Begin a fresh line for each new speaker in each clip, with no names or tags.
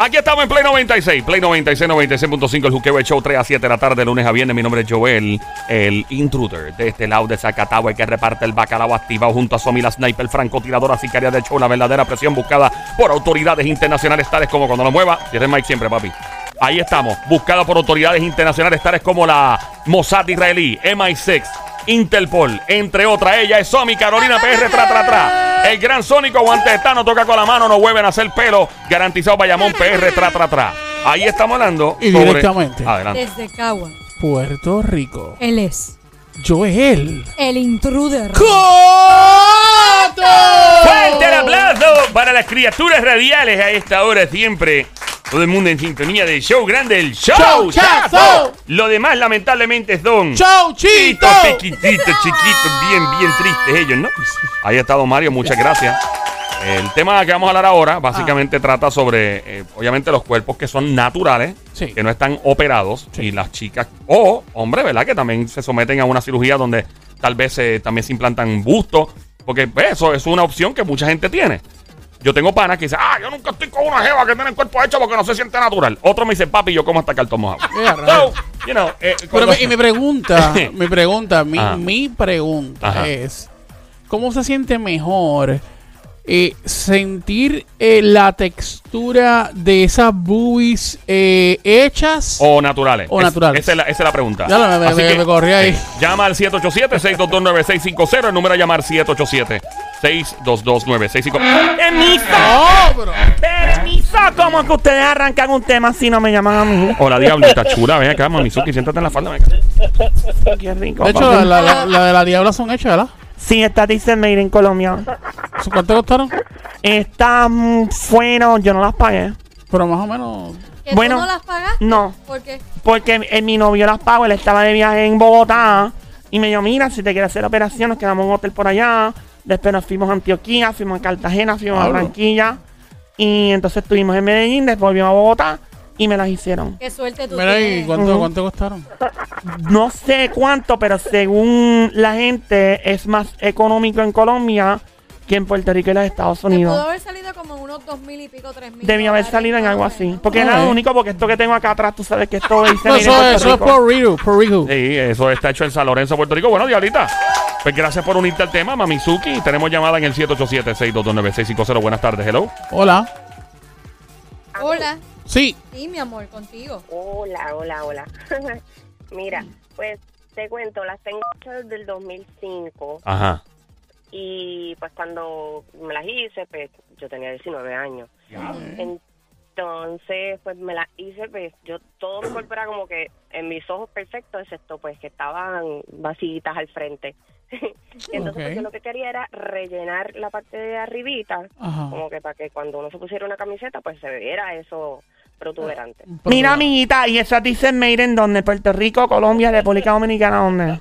Aquí estamos en Play 96. Play 96, 96.5. El Juqueo el Show 3 a 7 de la tarde, lunes a viernes. Mi nombre es Joel, el intruder de este lado de Zacatau, el que reparte el bacalao activado junto a Somi, la sniper, francotiradora, sicaria de show. La verdadera presión buscada por autoridades internacionales, tales como cuando lo mueva. Tienes Mike siempre, papi. Ahí estamos, buscada por autoridades internacionales, tales como la Mossad israelí, MI6, Interpol, entre otras. Ella es Somi Carolina PR, tra, tra, tra. El gran sónico guantetano toca con la mano, no vuelven a hacer pelo. Garantizado Bayamón PR, tra, tra, tra. Ahí estamos hablando.
Y
sobre-
directamente.
Adelante.
Desde Cagua.
Puerto Rico.
Él es
Joel.
el intruder.
Oh.
¡Fuerte el aplauso para las criaturas radiales a esta hora siempre! Todo el mundo en sintonía del show grande, el show.
¡Showchazo!
Lo demás, lamentablemente, son.
¡Chauchito!
Chiquitos, chiquititos, chiquitos, bien, bien tristes ellos, ¿no? Ahí ha estado Mario, muchas gracias. El tema que vamos a hablar
Ah.
ahora básicamente trata sobre, eh, obviamente, los cuerpos que son naturales,
Sí.
que no están operados, y las chicas, o hombres, ¿verdad? Que también se someten a una cirugía donde tal vez eh, también se implantan bustos, porque pues, eso es una opción que mucha gente tiene. Yo tengo panas que dicen, ah, yo nunca estoy con una jeva que tiene el cuerpo hecho porque no se siente natural. Otro me dice, papi, yo como hasta cartón mojado.
Mira, raro.
So, you know, eh,
Pero
cuando-
mi- y mi pregunta, mi pregunta, mi,
Ajá.
mi pregunta
Ajá.
es, ¿cómo se siente mejor eh, sentir eh, la textura de esas buis eh, hechas?
O naturales.
O
Es-
naturales.
Esa es la, esa es la pregunta.
Ya lo- me-
Así
me-
que,
me corrí ahí.
eh, llama al 787-622-9650. El número a llamar 787-622-9650. ¡Permiso!
¡Oh, bro!
¡Permiso! ¿Cómo que ustedes arrancan un tema si no me llaman a mí? Hola, diablita chula. Ven acá, Mamizuki. Siéntate en la falda. Ven acá. Qué rico.
De hecho,
papi.
la, la- la- la de la diabla son hechas, ¿verdad?
Sí, esta dice Made in Colombia.
¿Su cuánto costaron?
Estas mm, fueron, yo no las pagué.
Pero más o menos...
¿Que tú
Bueno, Mm.
no las pagaste?
no.
Porque
Porque eh, mi novio las pagó, él estaba de viaje en Bogotá. Y me dijo, mira, si te quieres hacer operación, nos quedamos en un hotel por allá. Después nos fuimos a Antioquia, fuimos a Cartagena, fuimos a
Pablo.
Barranquilla. Y entonces estuvimos en Medellín, después volvimos a Bogotá y me las hicieron.
qué suerte tú
Mira, ¿y
tienes.
cuánto,
Ujú.
cuánto costaron?
No sé cuánto, pero según la gente, es más económico en Colombia que en Puerto Rico y los Estados
Te
Unidos.
pudo haber salido como unos dos mil y pico, tres mil.
Debía haber
dólares,
salido en
más
algo
o
así.
menos.
Porque
Ok.
era lo único, porque esto que tengo acá atrás, tú sabes que esto es
No, eso, es- Pues, eh, eso es Puerto Rico, Puerto Rico.
Sí, eso está hecho en San Lorenzo, Puerto Rico. Bueno, Diablita, pues gracias por unirte al tema, Mamizuki. Tenemos llamada en el 787-622-9650. Buenas tardes, hello.
Hola.
Hola.
Sí.
Sí, mi amor, contigo.
Hola, hola, hola. Mira, pues te cuento, las tengo hechas desde el 2005
Ajá.
y pues cuando me las hice, pues yo tenía 19 años. Entonces, pues me las hice, pues yo todo mi cuerpo era como que en mis ojos perfectos, excepto pues que estaban vasitas al frente. Entonces,
Ok.
pues, yo lo que quería era rellenar la parte de arribita,
Ajá.
como que para que cuando uno se pusiera una camiseta, pues se viera eso protuberante.
Ah.
Mira, amiguita, y esas dicen made en donde? Puerto Rico, Colombia, República Dominicana, ¿dónde?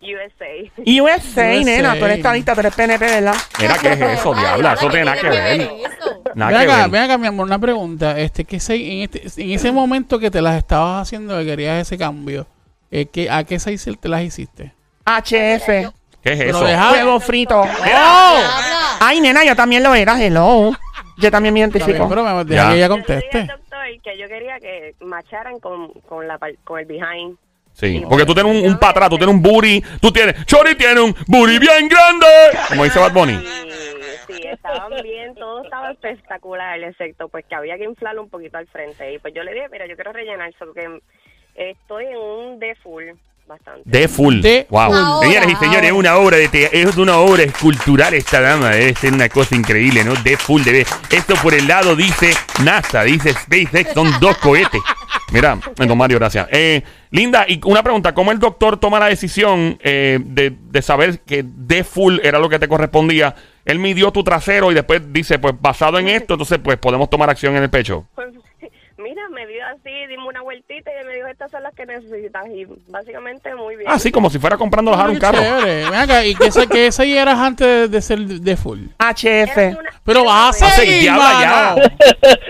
USA.
USA,
USA.
nena, tú eres estadista, tú eres PNP, ¿verdad?
Mira, ¿qué es eso, diabla? Eso tiene nada que ver.
eso?
Nada
ven
que
acá,
ver.
ven acá, mi amor, una pregunta. Este, que se, en, este- en ese momento que te las estabas haciendo, que querías ese cambio, eh, ¿qué- ¿a qué seis te las hiciste?
HF,
¿Qué es
Pero
eso?
deja- Ah.
huevo frito. ¡Oh!
Habla.
Ay, nena, yo también lo era, hello. Yo también me
Está bien,
identifico.
pero me,
Ya.
deja que ella
Yo le dije al
conteste.
doctor que yo quería que macharan con, con, la, par- con el behind.
Sí, porque tú tienes un, un patrá, tú tienes un booty, tú tienes... Chori tiene un booty bien grande, como dice Bad Bunny.
Y sí, estaban bien, todo estaba espectacular, excepto pues que había que inflarlo un poquito al frente. Y pues yo le dije, mira, yo quiero rellenar, solo que estoy en un de full bastante.
De full.
De
wow.
full.
Señoras y
Ahora,
señores,
ahora.
una obra de te- es una obra escultural esta dama. Debe ser una cosa increíble, ¿no? De full debe. Esto por el lado dice NASA, dice SpaceX, son dos cohetes. Mira, don Mario, gracias. Eh, Linda, y una pregunta, ¿cómo el doctor toma la decisión eh, de, de saber que de full era lo que te correspondía? Él midió tu trasero y después dice, pues basado en esto, entonces pues podemos tomar acción en el pecho.
Pues, mira, me dio así, dimos una vueltita y me dijo, estas son las que necesitas. Y básicamente muy
Ah,
bien.
Así como si fuera comprando bajar un
Qué
carro.
chévere. Ven acá, ¿y qué se- qué seis eras antes de, de ser de full?
Era
HF,
una-
Pero vas a
Ah, sí,
seguir,
ya va,
mano.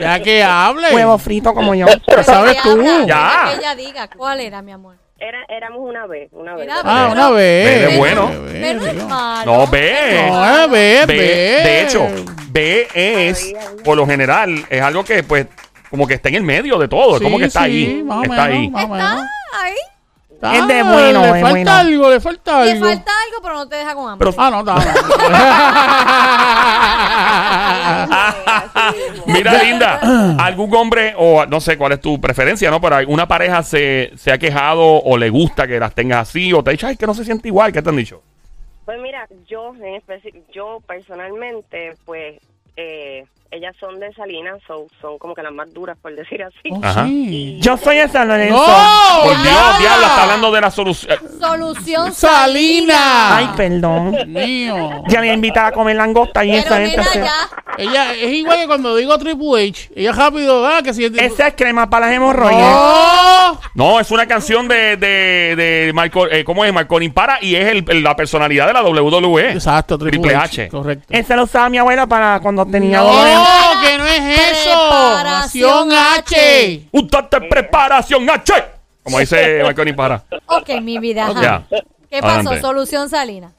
Ya que hable.
huevo frito como yo.
Pero
sabes
que
tú.
habla,
Ya.
Que ella diga cuál era, mi amor.
Era, éramos una vez, una vez.
Mira,
Ah,
pero-
una vez.
Pero es bueno.
Ve,
Pero no
ve,
es
digo.
malo.
No, ve.
No, eh, ve,
B,
ve.
de hecho, B es, por lo general, es algo que, pues, como que está en el medio de todo, es como que está ahí.
más o
está
menos,
ahí.
más o menos.
Está ahí.
Está,
Es de bueno,
Ah, Le
es
falta
bueno.
algo, le falta
Te
algo.
falta algo, pero no te deja con hambre.
Pero-
Ah, no, está.
Mira, linda, algún hombre, o no sé cuál es tu preferencia, ¿no? Pero alguna pareja se, se ha quejado o le gusta que las tengas así, o te ha dicho, ay, que no se siente igual, ¿qué te han dicho?
Pues mira, yo en especi- yo personalmente, pues eh, ellas son de Salinas, so- son como que las más duras, por decir así.
Oh,
Ajá.
sí.
Yo soy de San Lorenzo.
¡No!
Por Dios,
nada.
diablo, está hablando de la solución.
Solución
Salina.
salina.
Ay, perdón.
Mío.
Ya me invitaba a comer langosta y
Pero
esa gente.
nena,
se-
ya.
Ella es igual que cuando digo Triple H. Ella rápido, ah, que si
Esa es crema para las hemorroides.
¡Oh!
No, es una canción de, de, de Marco, eh, ¿cómo es? Marco Impara y es el- el- la personalidad de la E. WWE.
Exacto, Triple,
Triple
H.
H.
Correcto.
Esa la usaba mi abuela para cuando tenía dolor.
¡No! ¡Que no es eso!
Preparación
¡Nación H!
Usted preparación H. Como dice Marco Impara.
Ok, mi vida. ajá.
Ya.
¿Qué pasó?
Adelante.
Solución salina.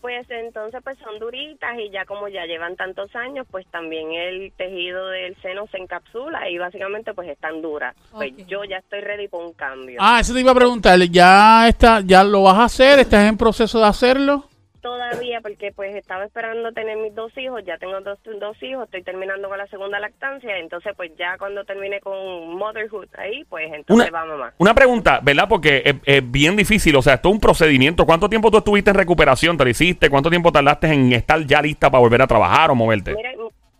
Pues entonces pues son duritas y ya como ya llevan tantos años, pues también el tejido del seno se encapsula y básicamente pues están duras.
Ok.
Pues yo ya estoy ready para un cambio.
Ah, eso te iba a preguntar. ¿Ya, está, ¿Ya lo vas a hacer? ¿Estás en proceso de hacerlo?
Todavía porque pues estaba esperando tener mis dos hijos, ya tengo dos, dos hijos, estoy terminando con la segunda lactancia, entonces pues ya cuando termine con motherhood ahí, pues entonces va mamá.
una pregunta, ¿verdad? Porque es, es bien difícil, o sea, esto es un procedimiento. ¿Cuánto tiempo tú estuviste en recuperación? ¿Te lo hiciste? ¿Cuánto tiempo tardaste en estar ya lista para volver a trabajar o moverte?
Mira,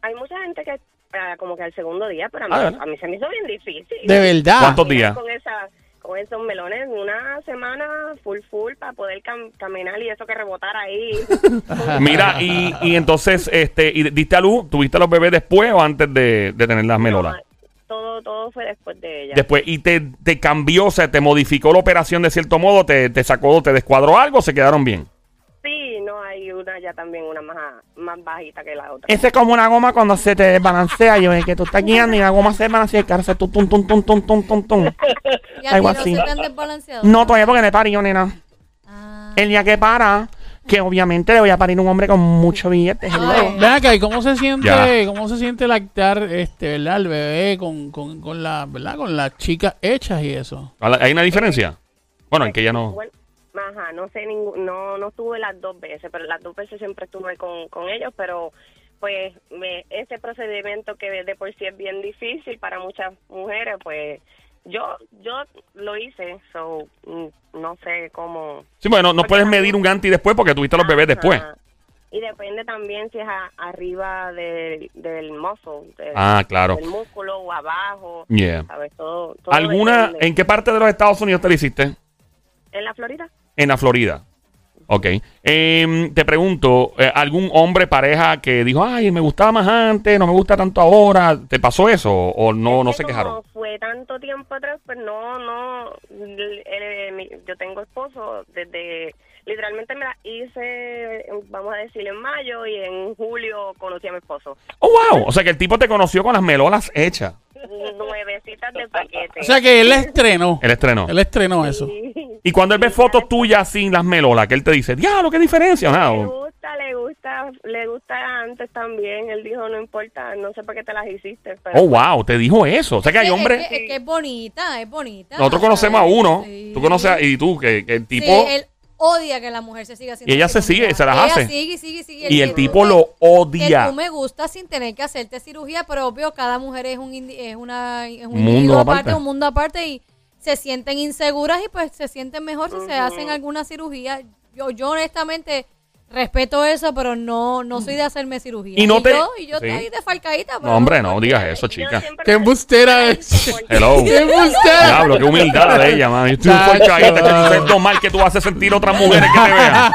hay mucha gente que ah, como que al segundo día, pero a mí,
Ah, ¿verdad?
a mí se me hizo bien difícil.
De verdad.
¿Cuánto- Dos
Mira,
días.
Con, esa, con esos melones, una semana full full para poder cam- caminar y eso que rebotar ahí.
Mira, y, y entonces, este, ¿y ¿diste a luz? ¿Tuviste a los bebés después o antes de, de tener las melolas?
todo, todo fue después de ella.
Después, ¿y te, te cambió, o sea, te modificó la operación de cierto modo? ¿Te, te sacó, te descuadró algo o se quedaron bien?
Sí, no, hay una ya también, una más, más bajita que la otra.
Esa es como una goma cuando se te desbalancea. Yo, es que tú estás guiando y la goma se desbalancea y el carro hace tum, tum, tum, tum, tum, tum, tum, tum.
¿Y a ti
Algo
no
así.
se te han desbalanceado?
No, todavía porque no he parido, nena.
Ah.
El día que para, que obviamente le voy a parir un hombre con mucho billete. hello.
Ay.
Ven acá, ¿y cómo se siente,
Ya.
cómo se siente lactar este, ¿verdad? el bebé con, con, con la, ¿verdad? con las chicas hechas y eso?
¿Hay una diferencia? Bueno, en que ya no...
Bueno, ajá, no sé, ningú- no, no estuve las dos veces, pero las dos veces siempre estuve con, con ellos, pero pues me, este procedimiento que de por sí es bien difícil para muchas mujeres, pues yo yo lo hice, so mm, no sé cómo.
Sí, bueno, no puedes medir un anti después porque tuviste a los bebés después.
Ajá. Y depende también si es a- arriba del, del muscle, del,
Ah, claro.
del músculo o abajo,
Yeah.
¿sabes? Todo, todo
¿Alguna,
depende.
en qué parte de los Estados Unidos te lo hiciste?
¿En la Florida?
En la Florida. Ok. Em, te pregunto, eh, ¿algún hombre, pareja que dijo, ay, me gustaba más antes, no me gusta tanto ahora? ¿Te pasó eso o no, no
que
se
como
quejaron?
Fue tanto tiempo atrás, pues no, no. l- eh, mi- yo tengo esposo desde. Literalmente me la hice, vamos a decir, en mayo y en julio conocí a mi esposo.
Oh, wow. O sea, que el tipo te conoció con las melolas hechas.
Nuevecitas de paquete.
O sea que él estrenó.
El estreno.
Él estrenó eso.
Sí.
Y cuando él ve fotos tuyas sin las melolas, que él te dice, diablo, qué diferencia. Nada,
Le
o-
gusta, le gusta, le gusta antes también. Él dijo, no importa, no sé por qué te las hiciste. Pero
Oh, wow, te dijo eso. O sea, que hay
Es
hombres...
que- Es que, es bonita, es bonita.
Nosotros conocemos a uno,
Sí.
tú conoces a, y tú, que, que el tipo...
Sí, él odia que la mujer se siga haciendo
Y ella
cirugía.
se sigue, se las
Ella
hace.
sigue, sigue, sigue.
y el
que
tipo
tú
lo
me-
odia.
Que tú me gustas sin tener que hacerte cirugía, pero obvio, cada mujer es un, indi- es una, es un
Mundo
individuo aparte.
aparte.
un mundo aparte, y se sienten inseguras y pues se sienten mejor si se hacen alguna cirugía. Yo, yo honestamente respeto eso, pero no, no soy de hacerme cirugía.
Y no te-
yo, y yo
Sí.
estoy desfalcadita. pero
No, hombre,
no
no digas eso, chica.
¡Qué embustera es!
Hello.
¡Qué embustera!
Diablo, qué humildad de ella, man. Yo estoy un
Chacho.
forcaíta, que tú sabes lo mal que tú haces sentir a otras mujeres que te vean.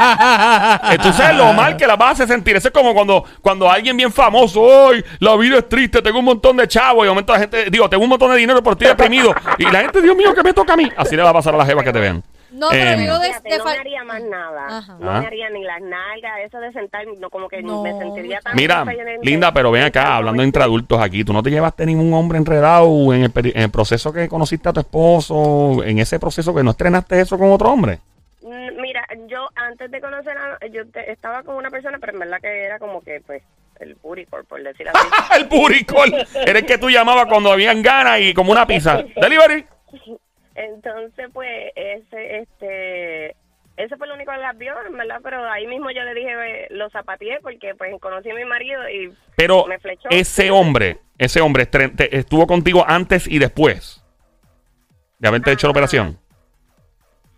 Eh, Tú sabes lo mal que las vas a hacer sentir. Eso es como cuando, cuando alguien bien famoso, hoy la vida es triste, tengo un montón de chavos y de momento la gente, digo, tengo un montón de dinero, pero estoy deprimido. Y la gente, Dios mío, ¿qué me toca a mí? Así le va a pasar a las jevas que te vean.
No, pero
Em,
digo de,
Fíjate,
de
no
este fal-
me haría más nada.
Ajá.
No
Ah.
me haría ni las nalgas, eso de sentarme, no, como que
No.
me sentiría tan...
Mira,
diferente.
linda, pero ven acá, hablando entre adultos aquí, tú no te llevaste ningún hombre enredado en el, peri- en el proceso que conociste a tu esposo, en ese proceso que no estrenaste eso con otro hombre.
Mm, Mira, yo antes de conocer a... Yo te- estaba con una persona, pero en verdad que era como que, pues, el puricor, por decir así.
el buricol. Era el que tú llamabas cuando habían ganas y como una pizza. Delivery.
Entonces, pues, ese, este, ese fue el único avión, ¿verdad? Pero ahí mismo yo le dije, ve, lo zapateé porque, pues, conocí a mi marido y
Pero
me flechó.
ese hombre, ese hombre estre- te- estuvo contigo antes y después de haberte
Ah.
hecho la operación.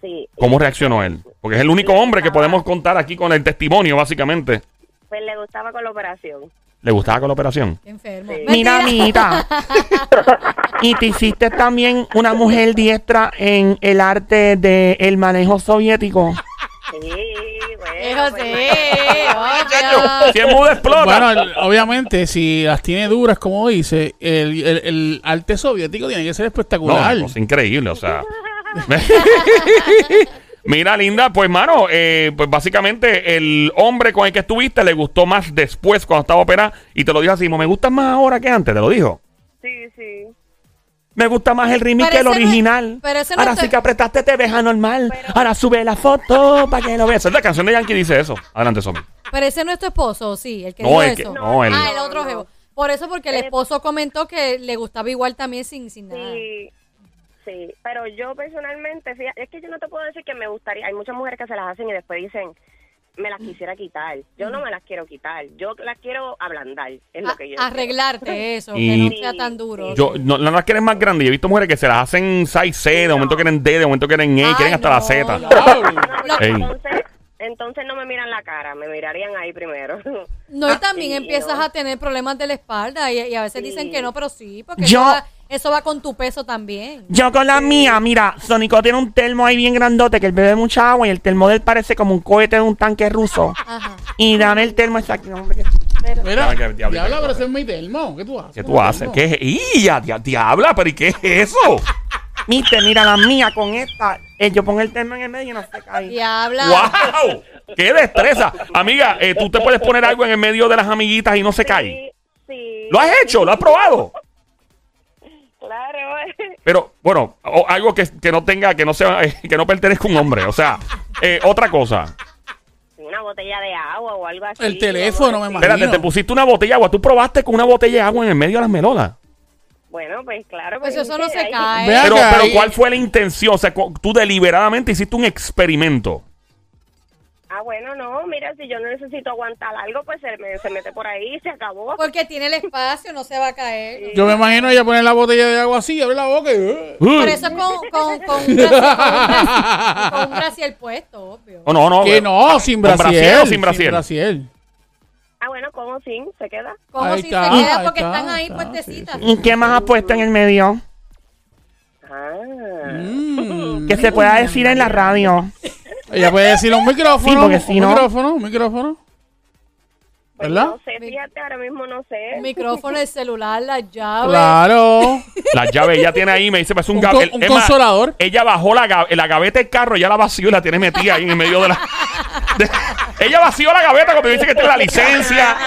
Sí, y,
¿Cómo reaccionó él? Porque es el único hombre
Ah.
que podemos contar aquí con el testimonio, básicamente.
pues, le gustaba con la operación.
¿Le gustaba con la operación?
Qué enfermo.
Sí.
Mira,
Mentira.
amiguita. y te hiciste también una mujer diestra en el arte del manejo soviético.
Sí, bueno.
Eh,
pues,
José,
Chacho,
obvio.
Si el mudo
Bueno,
explota.
el- obviamente, si las tiene duras, como dice, el, el- el arte soviético tiene que ser
No,
espectacular.
es increíble, o sea. Mira, linda, pues, mano, eh, pues básicamente el hombre con el que estuviste le gustó más después cuando estaba operada y te lo dijo así, me gusta más ahora que antes, te lo dijo.
Sí, sí.
Me gusta más el remix
Pero
que
ese no
el
es-
original.
pero ese no
Ahora
es-
sí que apretaste, te ves anormal. Ahora sube la foto para que lo veas.
Esa es la canción de Yankee dice eso. Adelante, Somi.
Pero ese no es tu esposo, sí, el que
No,
dijo
el que-
eso.
no, el-
ah, el otro
No, no.
jevo. Por eso, porque el
Eh,
esposo comentó que le gustaba igual también sin, sin nada.
Sí, sí, pero yo personalmente, fíjate, es que yo no te puedo decir que me gustaría, hay muchas mujeres que se las hacen y después dicen, me
Mm.
las quisiera quitar, yo no me las quiero quitar, yo las quiero ablandar, es lo
A-
que yo...
arreglarte eso,
Y-
que no sea tan duro.
Yo, no, no las quieren más grandes. Yo he visto mujeres que se las hacen 6C, de momento quieren D, de momento quieren E,
Ay,
quieren hasta la
no,
Z.
no.
quiero. No,
Ey.
entonces, entonces no me miran la cara, me mirarían ahí primero.
No, y también
Sí,
empiezas
no.
a tener problemas de la espalda y, y a veces dicen
Sí.
que no, pero sí, porque
Yo-
eso, va, eso va con tu peso también.
Yo con la mía, mira, Sónico tiene un termo ahí bien grandote que él bebe mucha agua y el termo de él parece como un cohete de un tanque ruso.
Ajá.
Y dame el termo exacto. no, hombre, que-
Mira,
Ya, que el diablo-
diablo, pero ese es mi termo. ¿Qué tú haces?
¿Qué
con
tú
mi
haces?
termo?
¿Qué es? ¡Y ya, dia- diabla! ¿Pero y qué es eso?
Mister, mira la mía con esta. eh, yo pongo el termo en el medio y no se cae.
Diabla.
¡Wow! ¡Qué destreza! Amiga, eh, tú te puedes poner algo en el medio de las amiguitas y no se cae.
Sí, sí.
¿Lo has hecho? ¿Lo has probado?
Claro.
Pero, bueno, o algo que, que no tenga, que no sea, eh, que no pertenezca a un hombre. O sea, eh, otra cosa.
Una botella de agua o algo así.
El teléfono, me
vamos a decir.
imagino.
Espérate, te pusiste una botella de agua. Tú probaste con una botella de agua en el medio de las melodas.
Bueno, pues claro.
Pues eso no
sí,
se
ahí-
cae.
Vea-
Pero,
Acá,
pero
y-
¿cuál fue la intención? O sea, cu- tú deliberadamente hiciste un experimento.
Ah, bueno, no, mira, si yo no necesito aguantar algo, pues se, me- se mete por ahí y se acabó.
Porque tiene el espacio, no se va a caer.
Yo me imagino ella poner la botella de agua así, abre la boca y... eh.
Por eso con, con, con un braciel- con un braciel- con un braciel puesto, obvio.
Oh, No, no, eh, no.
Que no, sin
¿Con
brasier.
brasier o sin brasier?
Ah, bueno, ¿cómo sin? ¿Se queda?
Como
Ahí
si
está,
se
ahí
queda porque
está,
están ahí
está,
puestecitas.
¿Y qué más has puesto en el medio?
Ah.
Mm.
Que se pueda decir en la radio.
Ella puede decir un micrófono,
Sí, porque si
un
no-
micrófono, un micrófono.
Pues
¿Verdad?
No sé, fíjate, ahora mismo no sé.
El micrófono, el celular, las llaves.
Claro.
La llave ella tiene ahí, me dice, parece un,
Un
gab-
co-
el-
un
es más,
consolador.
Ella bajó la, ga- la gaveta del carro, ya la vació y la tiene metida ahí en el medio de la. de- ella vació la gaveta cuando dice que tiene la licencia.